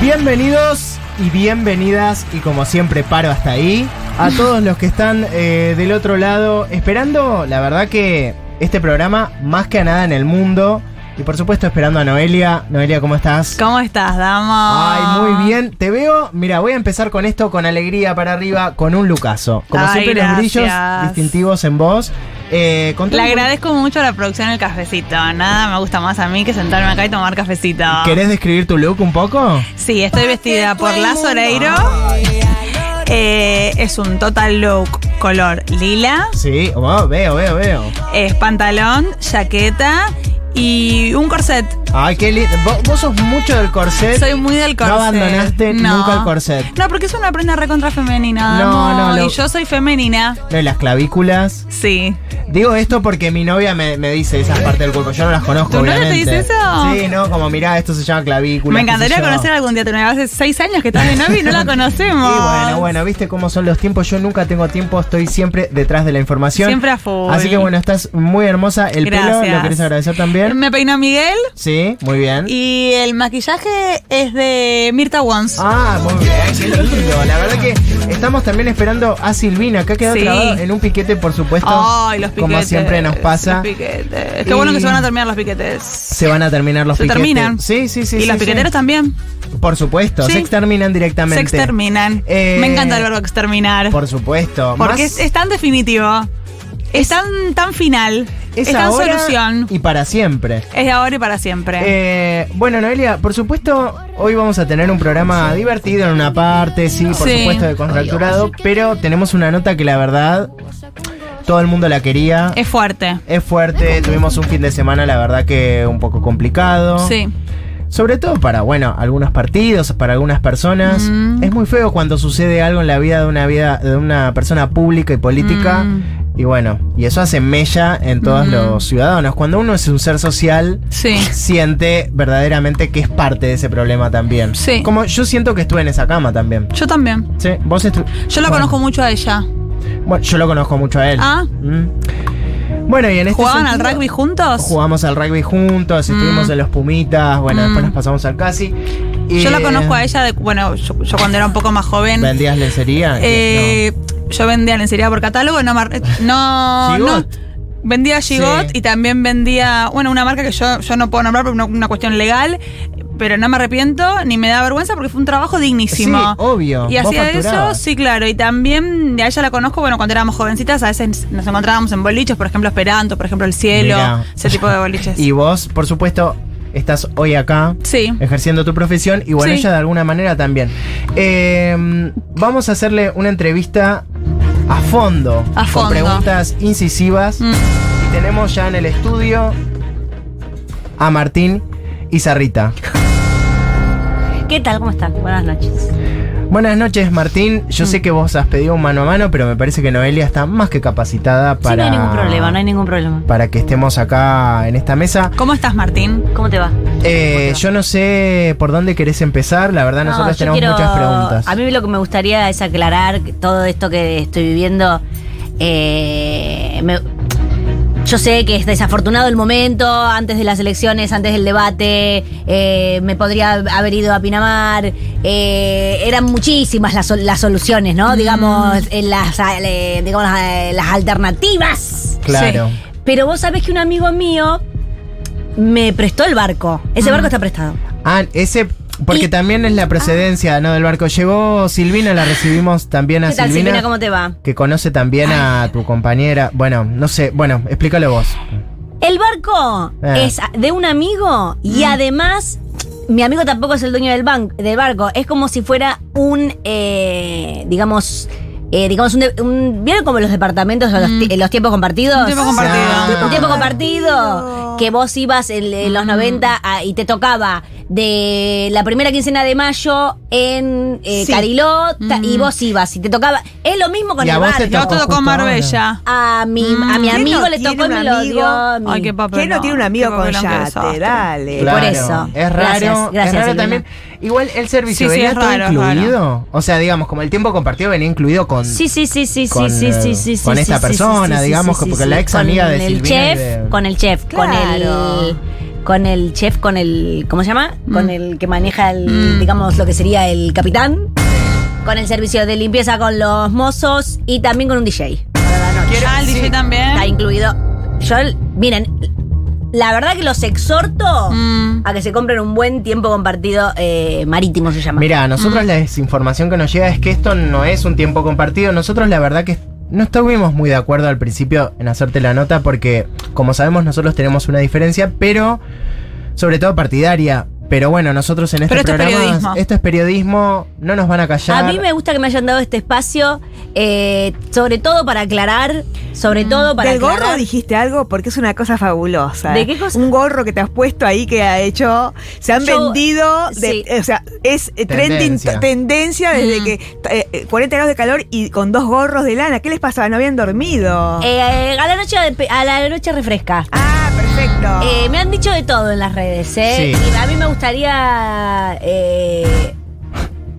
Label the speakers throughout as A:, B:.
A: Bienvenidos y bienvenidas, y como siempre paro hasta ahí, a todos los que están eh, del otro lado esperando, la verdad que este programa más que a nada en el mundo, y por supuesto esperando a Noelia. Noelia, ¿cómo estás?
B: ¿Cómo estás, dama?
A: Ay, muy bien, te veo. Mira, voy a empezar con esto con alegría para arriba, con un lucaso. Como
B: Ay,
A: siempre, los
B: gracias.
A: brillos distintivos en vos. Eh, contame
B: Le
A: un poquito-
B: agradezco mucho la producción del cafecito. Nada me gusta más a mí que sentarme acá y tomar cafecito.
A: ¿Querés describir tu look un poco?
B: Sí, estoy vestida por Lazo Oreiro. Eh, es un total look color lila.
A: Sí, wow, veo, veo, veo.
B: Es pantalón, chaqueta y un corset.
A: Ay, qué lindo. Vos, vos sos mucho del corset.
B: Soy muy del corset.
A: ¿Eh? No abandonaste nunca el corset.
B: No, porque es una prenda recontra femenina.
A: No,
B: No,
A: no, lo-
B: Y yo soy femenina.
A: Lo de las clavículas.
B: Sí.
A: Digo esto porque mi novia me, me dice esas partes del cuerpo. Yo no las conozco,
B: ¿Tu novia te
A: obviamente.
B: dice eso?
A: Sí, no, como mirá, esto se llama clavícula.
B: Me encantaría conocer algún día tu novia. Hace seis años que estás de novio y no la conocemos.
A: Y bueno, bueno, viste cómo son los tiempos. Yo nunca tengo tiempo, estoy siempre detrás de la información.
B: Siempre a full.
A: Así que bueno, estás muy hermosa. El pelo,
B: Gracias.
A: ¿lo querés agradecer también?
B: Me peinó Miguel
A: Sí, muy bien.
B: y el maquillaje es de Mirta Wons.
A: Ah, muy bien, qué lindo. La verdad que estamos también esperando a Silvina, que ha quedado
B: Sí.
A: trabado en un piquete, por supuesto.
B: Ay, los piquetes.
A: como siempre nos pasa.
B: Los piquetes. Qué
A: Y-
B: bueno que se van a terminar los piquetes.
A: Se van a terminar los
B: Se
A: piquetes.
B: terminan.
A: Sí, sí, sí.
B: y
A: sí,
B: los
A: sí.
B: piqueteros también.
A: Por supuesto,
B: Sí.
A: se exterminan
B: Se
A: directamente.
B: exterminan.
A: Eh,
B: Me encanta el verbo exterminar.
A: Por supuesto. Más-
B: porque es, es tan definitivo. Es tan, tan final.
A: es
B: Es, tan
A: ahora
B: solución.
A: Y para siempre.
B: Es de ahora y para siempre.
A: Eh, bueno, Noelia, por supuesto, hoy vamos a tener un programa divertido en una parte, sí, por
B: Sí.
A: supuesto, de contracturado, pero tenemos una nota que la verdad todo el mundo la quería.
B: es fuerte.
A: Es fuerte, tuvimos un fin de semana, la verdad que un poco complicado.
B: Sí.
A: Sobre todo para, bueno, algunos partidos, para algunas personas.
B: Mm.
A: Es muy feo cuando sucede algo en la vida de una vida, de una persona pública y política.
B: Mm.
A: Y bueno, y eso hace mella en todos
B: Mm.
A: los ciudadanos. Cuando uno es un ser social,
B: Sí.
A: siente verdaderamente que es parte de ese problema también.
B: Sí.
A: Como yo siento que estuve en esa cama también.
B: Yo también.
A: Sí, vos estu-
B: Yo la
A: Bueno.
B: conozco mucho a ella.
A: Bueno, yo lo conozco mucho a él.
B: Ah.
A: Mm. Bueno, y en este
B: ¿Jugaban
A: sentido-
B: al rugby juntos?
A: Jugamos al rugby juntos, estuvimos en los Pumitas, bueno,
B: Mm.
A: después nos pasamos al Casi. Y,
B: Yo la
A: eh,
B: conozco a ella, de, bueno, yo, yo cuando era un poco más joven.
A: ¿Vendías lencería?
B: eh, Yo vendía lencería por catálogo, no. mar- no, no
A: ¿Gigot?
B: vendía Gigot
A: Sí.
B: y también vendía, bueno, una marca que yo, yo no puedo nombrar por una, una cuestión legal, pero no me arrepiento ni me da vergüenza porque fue un trabajo
A: Sí,
B: dignísimo.
A: obvio.
B: Y
A: vos
B: hacía eso,
A: facturabas.
B: sí, claro. Y también a ella la conozco, bueno, cuando éramos jovencitas, a veces nos encontrábamos en bolichos, por ejemplo, Esperanto, por ejemplo, El Cielo,
A: Mirá.
B: ese tipo de boliches.
A: Y vos, por supuesto, estás hoy acá
B: sí.
A: ejerciendo tu profesión y bueno,
B: Sí.
A: ella de alguna manera también. Eh, vamos a hacerle una entrevista a fondo,
B: A
A: con
B: fondo.
A: preguntas incisivas.
B: Mm.
A: Y tenemos ya en el estudio a Martín y Sarrita.
C: ¿Qué tal? ¿Cómo están? Buenas noches.
A: Buenas noches, Martín.
B: Mm.
A: Yo sé que vos has pedido un mano a mano, pero me parece que Noelia está más que capacitada
C: Sí, no
A: para.
C: hay ningún problema, no hay ningún problema.
A: Para que estemos acá en esta mesa.
B: ¿Cómo estás, Martín?
C: ¿Cómo te va?
A: Eh, yo no sé por dónde querés empezar. La verdad,
C: No,
A: nosotros
C: yo
A: tenemos
C: quiero-
A: muchas preguntas.
C: A mí lo que me gustaría es aclarar que todo esto que estoy viviendo. eh, me- yo sé que es desafortunado el momento, antes de las elecciones, antes del debate, eh, me podría haber ido a Pinamar. eh, eran muchísimas las, sol- las soluciones,
A: Mm.
C: ¿no? Digamos, eh, las, eh, digamos, eh, las alternativas.
A: Claro.
C: Pero vos sabés que un amigo mío me prestó el barco. Ese barco está prestado.
A: Ah, ese. Porque
C: Y- Ah.
A: también es la procedencia ¿no? del barco. Llegó Silvina, la recibimos también a
C: ¿Qué tal,
A: Silvina.
C: Silvina? ¿Cómo te va?
A: que conoce también a tu compañera. Bueno, no sé. Bueno, explícalo vos.
C: El barco
A: Eh. Mm.
C: es de un amigo y además. Mi amigo tampoco es el dueño del, ban- del barco. Es como si fuera un, eh, digamos, eh, digamos un, de- un- ¿vieron como los departamentos, los, ti- los tiempos compartidos?
B: Mm. Un tiempo compartido.
A: Ah.
C: Un tiempo compartido que vos ibas en, en
B: Mm.
C: los 90 a- y te tocaba de la primera quincena de mayo en eh,
B: Sí.
C: Cariló ta- y
B: Mm.
C: vos ibas y te tocaba. Es lo mismo con
A: Y a
C: el
A: vos te
C: barco.
B: No todo
A: Justo
B: con Marbella.
C: A mi, a mi
B: Mm.
D: ¿Quién
C: amigo
D: no
C: le
D: tiene
C: tocó y
D: un
C: me lo
D: amigo?
C: dio. a mí.
B: Ay, qué papel.
D: ¿Quién no tiene un amigo con yate? Dale.
A: Claro,
C: Eh, por eso.
A: Es raro.
C: Gracias, gracias,
A: es raro
C: Silvina.
A: también. Igual el servicio
B: Sí, sí,
A: venía
B: es
A: todo
B: raro, es
A: incluido. O sea, digamos, como el tiempo compartido venía incluido con.
C: Sí, sí, sí, sí,
A: Con,
C: sí, sí,
A: eh,
C: sí, sí, sí.
A: con
C: sí,
A: esta
C: sí, sí,
A: persona,
C: sí, sí,
A: digamos,
C: sí,
A: porque
C: sí,
A: la
C: sí.
A: ex amiga de
C: Con el
A: Silvina y
C: chef,
A: de-
C: con el chef, con
D: Claro.
C: el con el chef, con el. ¿Cómo se llama?
B: Mm.
C: Con el que maneja el,
B: Mm.
C: digamos, lo que sería el capitán. Con el servicio de limpieza con los mozos y también con un DJ. para la noche.
B: Ah, el DJ
C: Está
B: también.
C: incluido. Yo, miren, la verdad que los exhorto
B: Mm.
C: a que se compren un buen tiempo compartido eh, marítimo, se llama.
A: Mira, a nosotros
C: Mm.
A: la desinformación que nos llega es que esto no es un tiempo compartido. Nosotros la verdad que no estuvimos muy de acuerdo al principio en hacerte la nota porque, como sabemos, nosotros tenemos una diferencia, pero sobre todo partidaria. Pero bueno, nosotros en este
B: Pero esto es
A: programa,
B: periodismo.
A: esto es periodismo, no nos van a callar.
C: A mí me gusta que me hayan dado este espacio, eh, sobre todo para aclarar, sobre todo para
D: Mm. Del gorro
C: aclarar.
D: dijiste algo porque es una cosa fabulosa.
C: ¿De qué cosa?
D: Un gorro que te has puesto ahí que ha hecho. Se han
C: Yo-
D: vendido. de-
C: sí.
D: O sea, es eh, trending
A: Tendencia.
D: tendencia desde
B: Mm.
D: que eh, eh, 40 grados de calor y con dos gorros de lana. ¿Qué les pasaba? No habían dormido.
C: Eh, a la noche a la noche refresca.
D: Ah, perfecto.
C: Eh, me han dicho de todo en las redes,
A: Sí.
C: ¿eh? Y a mí me gustaría eh,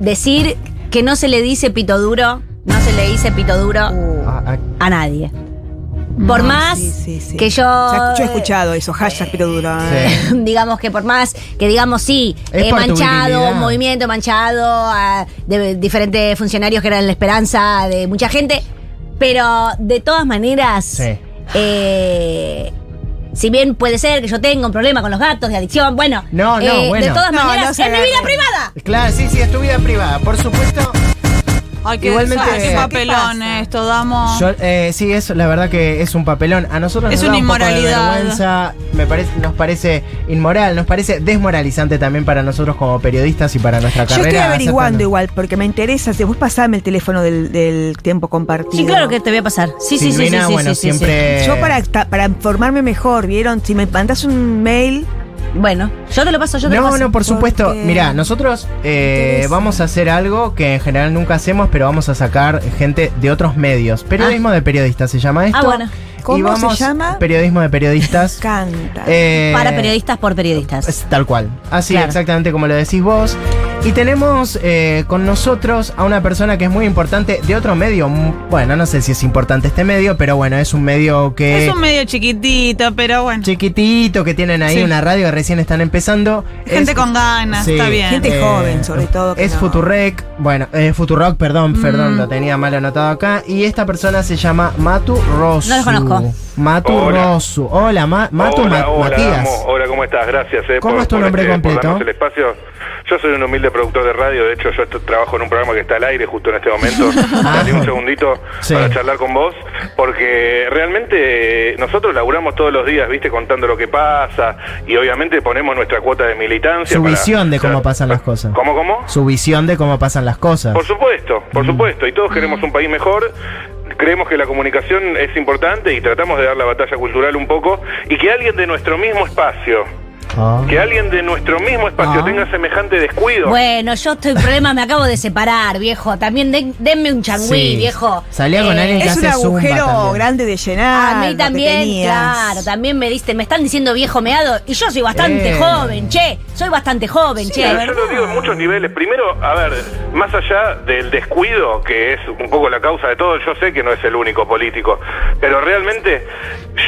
C: decir que no se le dice pito duro, no se le dice pito duro
D: Uh.
A: Ah, ah,
C: a nadie. Por
B: No,
C: más
D: sí, sí, sí.
C: que yo. eh,
D: Ya- yo he escuchado eso, hashtag pero duro. ¿eh?
A: sí.
C: digamos que por más que digamos sí,
A: Es
C: eh,
A: por tu
C: manchado,
A: virilidad.
C: movimiento manchado, ah, de diferentes funcionarios que eran la esperanza de mucha gente, pero de todas maneras,
A: Sí.
C: eh, si bien puede ser que yo tenga un problema con los gatos de adicción, bueno,
A: No, no,
C: eh, de
A: bueno.
C: todas
D: No, no
C: maneras,
D: se
C: es mi
D: agarre.
C: vida privada.
A: Claro, sí, sí, es tu vida privada. Por supuesto,
B: Ay, qué,
A: Igualmente-
B: ay, qué
A: ¿Qué
B: papelón
D: pasa?
B: esto, damos.
A: yo, eh, sí, es la verdad que es un papelón. A nosotros
B: Es
A: nos da
B: una
A: un poco de
B: inmoralidad.
A: vergüenza, me parece, nos parece inmoral, nos parece desmoralizante también para nosotros como periodistas y para nuestra
D: Yo
A: carrera.
D: estoy averiguando
A: aceptando.
D: igual, porque me interesa. Si vos pasame el teléfono del, del tiempo compartido.
C: Sí, claro que te voy a pasar. Sí, sí, sí,
A: Silvina,
C: sí, sí,
A: bueno,
C: sí, sí, sí.
A: siempre.
D: Yo para, ta- para informarme mejor, ¿vieron? Si me mandas un mail,
C: Bueno, yo te lo paso, yo te lo
A: No,
C: paso.
A: no, por supuesto.
D: porque-
A: Mirá, nosotros eh,
D: Me interesa.
A: vamos a hacer algo que en general nunca hacemos, pero vamos a sacar gente de otros medios. Periodismo de periodistas se llama esto.
C: Ah, bueno.
D: ¿Cómo
A: y vamos-
D: se llama?
A: Periodismo de periodistas.
D: canta.
A: Eh,
C: Para periodistas por periodistas.
A: Es tal cual. Así,
C: Claro.
A: exactamente como lo decís vos. Y tenemos eh, con nosotros a una persona que es muy importante de otro medio. Mm, Bueno, no sé si es importante este medio, pero bueno, es un medio que.
B: es un medio chiquitito, pero bueno.
A: Chiquitito que tienen ahí
B: Sí.
A: una radio que recién están empezando.
B: Gente
A: Es-
B: con ganas,
A: Sí. eh,
B: está bien.
D: Gente joven, sobre todo, que
A: Es
D: no.
A: Futurrec, bueno, eh, Futurock, perdón,
B: Mm.
A: perdón, lo tenía mal anotado acá. Y esta persona se llama Matu Rosu.
C: No lo conozco.
A: Matu
E: Hola.
A: Rosu. Hola, Ma- Matu Ma- Matías.
E: Damo. hola, ¿cómo estás? Gracias. eh,
A: ¿Cómo
E: por-
A: es tu
E: por
A: nombre
E: por
A: completo?
E: darnos el espacio. Yo soy un humilde productor de radio, de hecho yo esto- trabajo en un programa que está al aire justo en este momento. Salí un segundito
A: Ah. Sí.
E: para charlar con vos, porque realmente eh, nosotros laburamos todos los días, viste, contando lo que pasa y obviamente ponemos nuestra cuota de militancia.
A: Su
E: para-
A: visión de
E: o sea,
A: cómo pasan las cosas.
E: ¿Cómo, cómo?
A: Su visión de cómo pasan las cosas.
E: Por supuesto, por supuesto. Y todos queremos un país mejor. Creemos que la comunicación es importante y tratamos de dar la batalla cultural un poco y que alguien de nuestro mismo espacio,
A: Ah.
E: que alguien de nuestro mismo espacio
A: Ah.
E: tenga semejante descuido.
C: Bueno, yo estoy en problemas, me acabo de separar, viejo. También den- denme un changüí,
A: Sí.
C: viejo. Eh,
A: Salía con alguien que
D: es un
A: hace zumba
D: agujero
A: también.
D: grande de llenar.
C: Ah, A
D: lo
C: mí
D: que
C: también,
D: tenías.
C: claro, también me diste, me están diciendo viejo meado y yo soy bastante
A: Eh.
C: joven, che, soy bastante joven, che.
E: Pero yo lo digo en muchos niveles. Primero, a ver, más allá del descuido, que es un poco la causa de todo, yo sé que no es el único político, pero realmente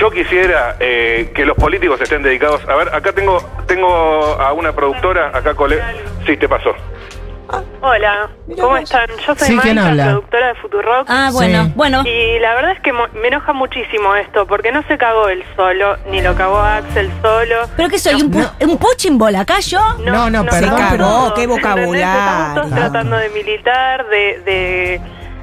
E: yo quisiera eh, que los políticos estén dedicados. A ver, acá tengo tengo a una productora, acá cole. Sí, te pasó.
F: Hola, ¿cómo están? Yo soy
A: Sí, ¿quién
F: Marisa,
A: habla?
F: productora de Futurock.
C: Ah, bueno,
A: Sí.
C: bueno.
F: Y la verdad es que mo- me enoja muchísimo esto, porque no se cagó él solo, ni lo cagó Axel solo.
C: ¿Pero qué soy? ¿Un, pu- un puchimbol acá yo?
A: No, no,
D: Se
A: perdón,
F: estamos
A: pero-
D: cagó, qué
F: ¿entendés? Estamos
D: vocabulario.
F: todos tratando de militar, de... de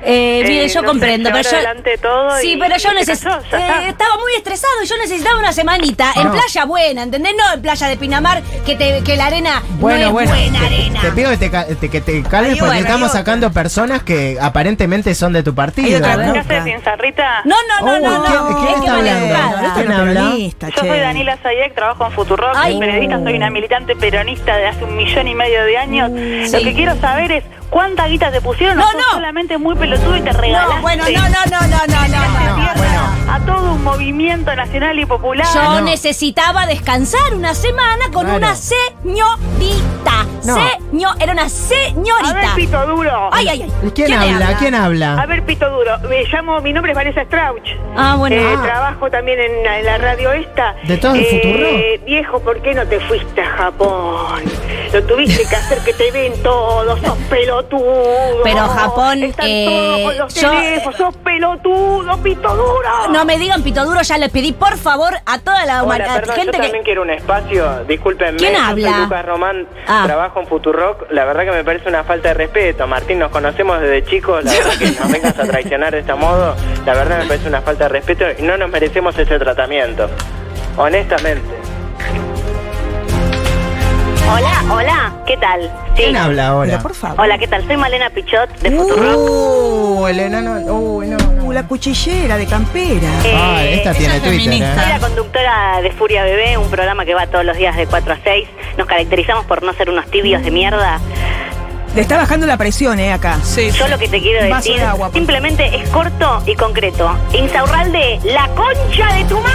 C: Eh, mire,
F: eh,
C: yo
F: no sé,
C: comprendo,
F: llevar
C: pero yo.
F: adelante todo
C: sí,
F: y-
C: pero yo
F: y se
C: necesitaba.
F: cayó, ya está.
C: estaba muy estresado y yo necesitaba una semanita en
A: No.
C: playa buena, ¿entendés? No en playa de Pinamar, que, te, que la arena no
A: Bueno,
C: es
A: bueno.
C: buena
A: te-
C: arena.
A: Te, pido que te, ca- te- que te calmes
D: Hay
A: porque
D: otra,
A: estamos
D: hay otra.
A: sacando personas que aparentemente son de tu partido.
D: otra, ver.
F: ¿Sabes qué hace Pinzarrita?
C: No, no, no,
A: Oh,
C: no,
A: ¿quién-
C: no.
A: quién
C: es que
A: está hablando?
C: maleducada.
A: ¿Quién habla?
D: peronista,
F: Yo
D: che.
F: soy Daniela Sayek, trabajo en Futurock,
C: Ay.
F: soy periodista, soy una militante peronista de hace un millón y medio de años. Lo
C: Mm, Sí.
F: que quiero saber es cuánta guita te pusieron,
C: No,
F: o sos
C: no.
F: solamente muy pelotudo y te regalaste.
C: No, bueno, no, no, no, no, no, no. no.
F: tierra a todo un movimiento nacional y popular.
C: Yo necesitaba descansar una semana con
A: Claro.
C: una señorita.
A: No.
C: Señor, era una
F: A ver,
C: señorita.
F: pito duro.
C: Ay, ay, ay.
A: ¿Quién, habla? ¿Quién
F: A
A: habla?
F: ver, pito duro. Me llamo, mi nombre es Vanessa Strauch.
C: Ah, bueno.
F: Eh,
A: Ah.
F: Trabajo también en, la- en la radio esta.
A: ¿De todo el
F: futuro? Viejo, ¿por qué no te fuiste a Japón? Lo tuviste que hacer que te ven todos, sos pelotudo.
C: Pero Japón,
F: Están
C: eh,
F: todos con los
C: yo-
F: teléfonos, sos pelotudo, pito duro.
C: No me digan pito duro, ya les pedí por favor a toda la
G: Hola,
C: humanidad.
G: perdón, yo
C: gente
G: también
C: que.
G: quiero un espacio. Discúlpenme.
C: ¿Quién
G: yo soy
C: habla?
G: Lucas Román,
C: Ah.
G: trabajo en Futurock. La verdad que me parece una falta de respeto. Martín, nos conocemos desde chicos. La verdad que nos vengas a traicionar de este modo, la verdad me parece una falta de respeto y no nos merecemos ese tratamiento. Honestamente.
H: Hola, hola, ¿qué tal?
A: ¿Quién habla ahora?
D: Pero por favor.
H: Hola, ¿qué tal? Soy Malena Pichot de Futuro.
A: Uh, el enano. Uh, no, no.
D: Uh, la cuchillera de campera.
A: Ah, esta
B: Ella
A: tiene
B: es
A: Twitter. ¿eh?
B: feminista.
H: Soy la conductora de Furia Bebé, un programa que va todos los días de 4 a 6. Nos caracterizamos por no ser unos tibios de mierda.
D: Le está bajando la presión, eh, acá.
B: Sí.
H: Yo lo que te quiero
D: Un vaso
H: decir
D: de agua, por
H: simplemente es corto y concreto. Insaurralde, la concha de tu madre.